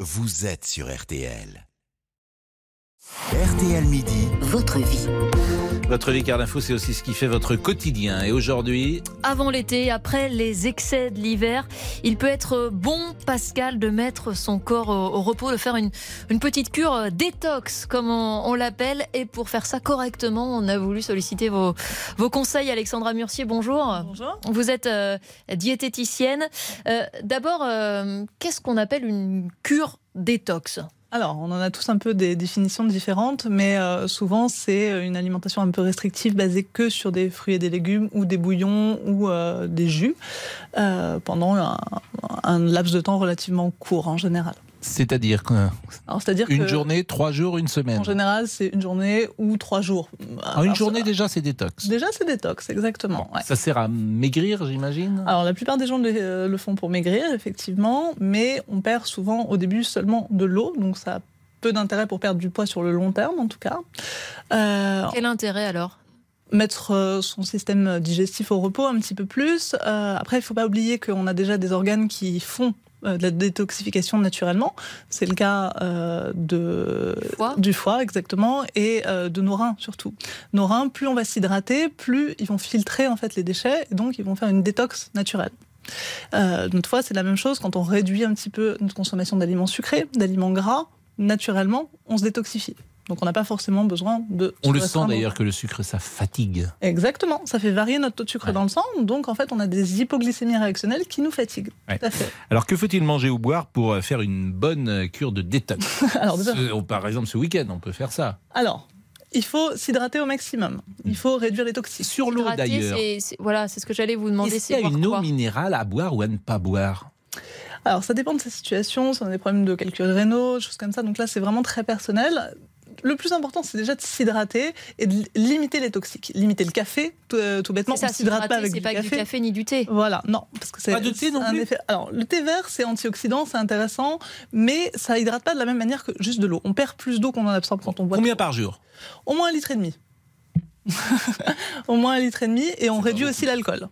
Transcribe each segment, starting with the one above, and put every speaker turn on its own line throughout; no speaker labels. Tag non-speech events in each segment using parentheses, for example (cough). vous êtes sur RTL. RTL Midi.
Votre vie.
Votre vie, car l'info, c'est aussi ce qui fait votre quotidien. Et aujourd'hui,
Avant l'été, après les excès de l'hiver, il peut être bon, Pascal, de mettre son corps au, au repos, de faire une, une petite cure euh, détox, comme on, on l'appelle. Et pour faire ça correctement, on a voulu solliciter vos, vos conseils. Alexandra Murcier, bonjour.
Bonjour.
Vous êtes euh, diététicienne. Euh, D'abord, euh, qu'est-ce qu'on appelle une cure détox
Alors, on en a tous un peu des définitions différentes, mais euh, souvent, c'est une alimentation un peu restrictive basée que sur des fruits et des légumes ou des bouillons ou euh, des jus euh, pendant un, un laps de temps relativement court en général.
c'est-à-dire qu'une
Alors, c'est-à-dire que,
journée, trois jours, une semaine.
en général, c'est une journée ou trois jours.
En Ah, une
Alors,
journée,
ça-
déjà, c'est détox.
Déjà, c'est détox, exactement. ouais. Ah,
Ça sert à maigrir, j'imagine
Alors, la plupart des gens le, euh, le font pour maigrir, effectivement, mais on perd souvent au début seulement de l'eau, donc ça a peu d'intérêt pour perdre du poids sur le long terme, en tout cas. Euh,
Quel intérêt alors
mettre euh, son système digestif au repos un petit peu plus. Euh, après, il faut pas oublier qu'on a déjà des organes qui font euh, de la détoxification naturellement. C'est le cas euh, de,
Foie.
du foie, exactement, et euh, de nos reins surtout. Nos reins, plus on va s'hydrater, plus ils vont filtrer en fait les déchets, et donc ils vont faire une détox naturelle. Euh, notre foie, c'est la même chose quand on réduit un petit peu notre consommation d'aliments sucrés, d'aliments gras. Naturellement, on se détoxifie. Donc, on n'a pas forcément besoin de.
On
se
le sent
restreindre.
d'ailleurs que le sucre, ça fatigue.
Exactement, ça fait varier notre taux de sucre dans le sang, donc en fait on a des hypoglycémies réactionnelles qui nous fatiguent.
Ouais.
Tout à fait.
Alors, que faut-il manger ou boire pour euh, faire une bonne euh, cure de détox
(laughs) Alors, déjà-
Ce- on- Par exemple, ce week-end, on peut faire ça.
Alors, il faut s'hydrater au maximum, il faut réduire les toxiques.
Sur l'eau,
Hydrater,
d'ailleurs.
c'est- c'est- Voilà, c'est ce que j'allais vous demander.
Est-ce qu'il
c'est
y a
boire
une eau
quoi
minérale à boire ou à ne pas boire
Alors ça dépend de sa situation, si on a des problèmes de calculs rénaux, choses comme ça, donc là c'est vraiment très personnel. Le plus important, c'est déjà de s'hydrater et de limiter les toxiques. Limiter le café, tout, euh, tout bêtement.
C'est ça,
on s'hydrate pas avec
c'est
du
pas avec
café.
du café ni du thé.
Voilà, non, parce que c'est
Pas de thé non
c'est un
plus
effet- Alors, le thé vert, c'est antioxydant, c'est intéressant, mais ça hydrate pas de la même manière que juste de l'eau. On perd plus d'eau qu'on en absorbe quand on boit.
Combien par jour
Au moins un litre et demi. (laughs) Au moins un litre et demi, et on
pas
réduit
beaucoup.
aussi l'alcool.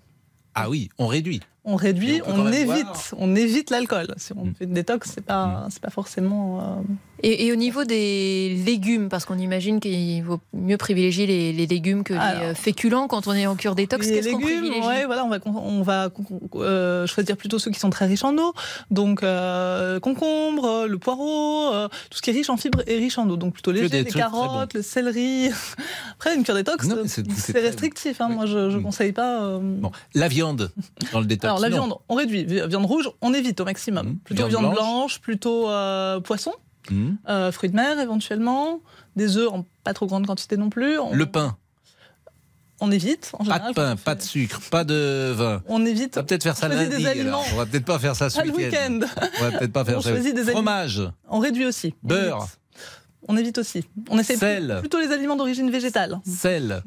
Ah oui, on réduit.
On réduit,
Et on peut
on,
quand même boire.
évite, on évite l'alcool. Si on
Mm.
fait une détox, c'est pas, c'est pas forcément. euh,
Et, et au niveau des légumes, parce qu'on imagine qu'il vaut mieux privilégier les, les légumes que
Alors.
les euh, féculents quand on est en cure détox.
les
Qu'est-ce qu'on
légumes,
privilégie
ouais, voilà, on va, con- on va con- con- euh, choisir plutôt ceux qui sont très riches en eau, donc euh, concombre, euh, le poireau, euh, tout ce qui est riche en fibres et riche en eau, donc plutôt
des
léger, les
trucs très
carottes, le céleri. (laughs) Après, une cure détox,
Non, mais c'est-
c'est
c'est très-
restrictif, hein,
Oui.
moi je, je
Mm.
conseille pas. euh,
Bon, la viande
(laughs)
dans le détox.
Alors la
non.
viande, on réduit. Vi- Viande rouge, on évite au maximum.
Mm.
Plutôt
Viande
viande,
blanche.
blanche. plutôt euh, poisson,
Hmm.
euh, fruits de mer éventuellement, des œufs en pas trop grande quantité non plus. On,
Le pain,
on évite. En
pas
général,
de pain,
quand on
pas
fait-
de sucre, pas de vin.
On
On
évite
va peut-être faire ça
Choisis des
lundi. alors.
aliments.
On va peut-être pas faire ça ce
pas le
week-end.
week-end.
On va peut-être pas faire
On
ça.
choisit des aliments.
Fromage,
On réduit aussi. On
beurre,
évite. On évite aussi. On essaie
Sel.
plutôt les aliments d'origine végétale.
sel.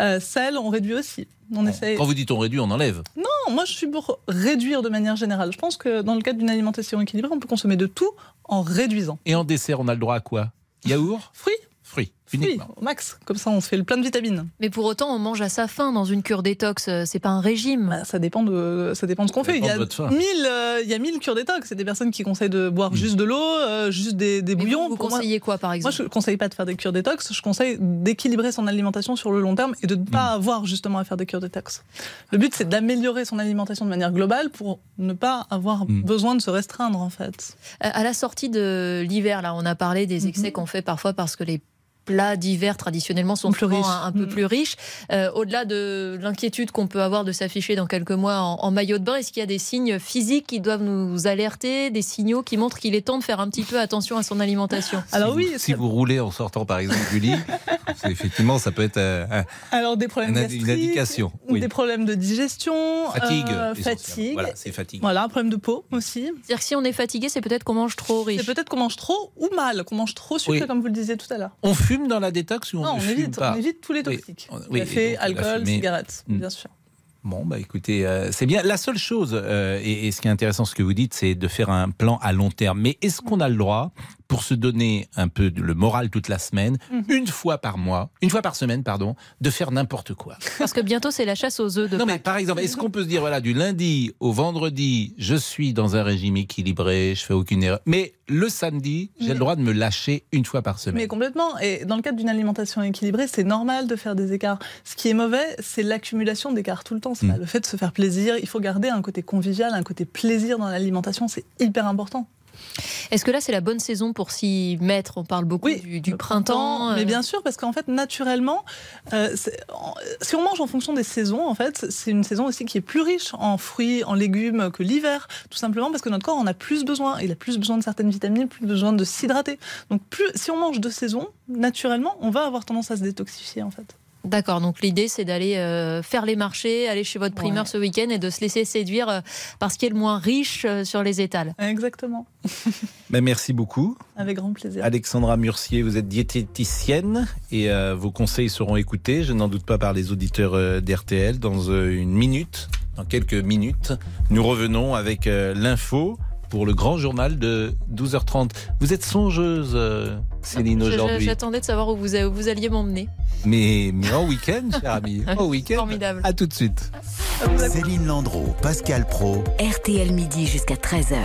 Euh, sel, on réduit aussi. On essaie.
Quand vous dites on réduit, on enlève.
Non, moi je suis pour réduire de manière générale. Je pense que dans le cadre d'une alimentation équilibrée, on peut consommer de tout en réduisant.
Et en dessert, on a le droit à quoi Yaourt,
Fruits,
fruits,
fruits,
uniquement.
au max. Comme ça, on se fait le plein de vitamines.
Mais pour autant, on mange à sa faim dans une cure détox. euh, C'est pas un régime.
Bah, ça dépend de ça dépend de ce qu'on
Ça
fait. Il y,
dépend
a
de votre faim.
mille, euh, il y a mille cures détox. C'est des personnes qui conseillent de boire
Mm.
juste de l'eau, euh, juste des, des
Mais
bouillons.
vous, vous
Pour moi-
conseillez quoi, par
Moi,
exemple
je ne conseille pas de faire des cures détox, je conseille d'équilibrer son alimentation sur le long terme et de ne
Mm.
pas avoir justement à faire des cures détox. Le but, c'est d'améliorer son alimentation de manière globale pour ne pas avoir
Mm.
besoin de se restreindre, en fait.
Euh, À la sortie de l'hiver, là, on a parlé des excès
Mhm.
qu'on fait parfois parce que les plats d'hiver traditionnellement sont
Plus
souvent
riches.
un, un peu
Mhm.
plus riches. Euh, Au-delà de l'inquiétude qu'on peut avoir de s'afficher dans quelques mois en, en maillot de bain, est-ce qu'il y a des signes physiques qui doivent nous alerter, des signaux qui montrent qu'il est temps de faire un petit peu attention à son alimentation
Si
Alors
vous-
oui,
si
ça-
vous roulez en sortant par exemple du lit,
(laughs)
c'est- effectivement, ça peut être euh, un-
Alors, des problèmes
un indi-
gastriques,
une indication. Oui.
des problèmes de digestion,
Fatigue, essentiellement.
euh, fatigue. Voilà.
Voilà, c'est fatigue.
un problème de peau aussi.
(laughs) C'est-à-dire que si on est fatigué, c'est peut-être qu'on mange trop
C'est
riche.
peut-être qu'on mange trop ou mal, qu'on mange trop sucré,
Oui.
comme vous le disiez tout à l'heure.
On fume dans la détox ou on
Non,
ne
on
fume
évite,
pas
on évite tous les
Oui.
toxiques.
On- oui, et
Café,
donc, la
alcool,
fumée.
cigarette,
Mm.
bien sûr.
Bon, bah écoutez, euh, c'est bien. La seule chose, euh, et, et ce qui est intéressant, ce que vous dites, c'est de faire un plan à long terme. Mais est-ce qu'on a le droit, pour se donner un peu le moral toute la semaine, une fois par mois, une fois par semaine, pardon, de faire n'importe quoi.
Parce que bientôt, c'est la chasse aux œufs de
Non, mais
Pâques.
par exemple, est-ce qu'on peut se dire, voilà, du lundi au vendredi, je suis dans un régime équilibré, je fais aucune erreur. Mais le samedi, j'ai
Mais-
le droit de me lâcher une fois par
Mais
semaine.
complètement. Et dans le cadre d'une alimentation équilibrée, c'est normal de faire des écarts. Ce qui est mauvais, c'est l'accumulation d'écarts tout le temps. C'est
Mm.
pas le fait de se faire plaisir. Il faut garder un côté convivial, un côté plaisir dans l'alimentation. C'est hyper important.
Est-ce que là, c'est la bonne saison pour s'y mettre On parle beaucoup
Oui,
du, du
le
printemps.
Mais
euh,
bien sûr, parce qu'en fait, naturellement, euh, c'est- en- si on mange en fonction des saisons, en fait, c'est une saison aussi qui est plus riche en fruits, en légumes que l'hiver, tout simplement parce que notre corps en a plus besoin. Il a plus besoin de certaines vitamines, plus besoin de s'hydrater. Donc, plus, si on mange de saison, naturellement, on va avoir tendance à se détoxifier, en fait.
D'accord, donc l'idée c'est d'aller euh, faire les marchés, aller chez votre primeur
Ouais.
ce week-end et de se laisser séduire euh, par ce qui est le moins riche euh, sur les étals.
Exactement.
Mais merci beaucoup.
Avec grand plaisir.
Alexandra Murcier, vous êtes diététicienne et euh, vos conseils seront écoutés, je n'en doute pas, par les auditeurs euh, d'RTL. Dans euh, une minute, dans quelques minutes, nous revenons avec euh, l'info pour le grand journal de 12h30. Vous êtes songeuse, euh, Céline,
Je- je-
aujourd'hui.
J'attendais de savoir où vous, où vous alliez m'emmener.
Mais, mais en week-end, cher ami,
(laughs)
en week-end.
Formidable.
À tout de suite.
Céline Landreau, Pascal Pro.
RTL midi jusqu'à 13h.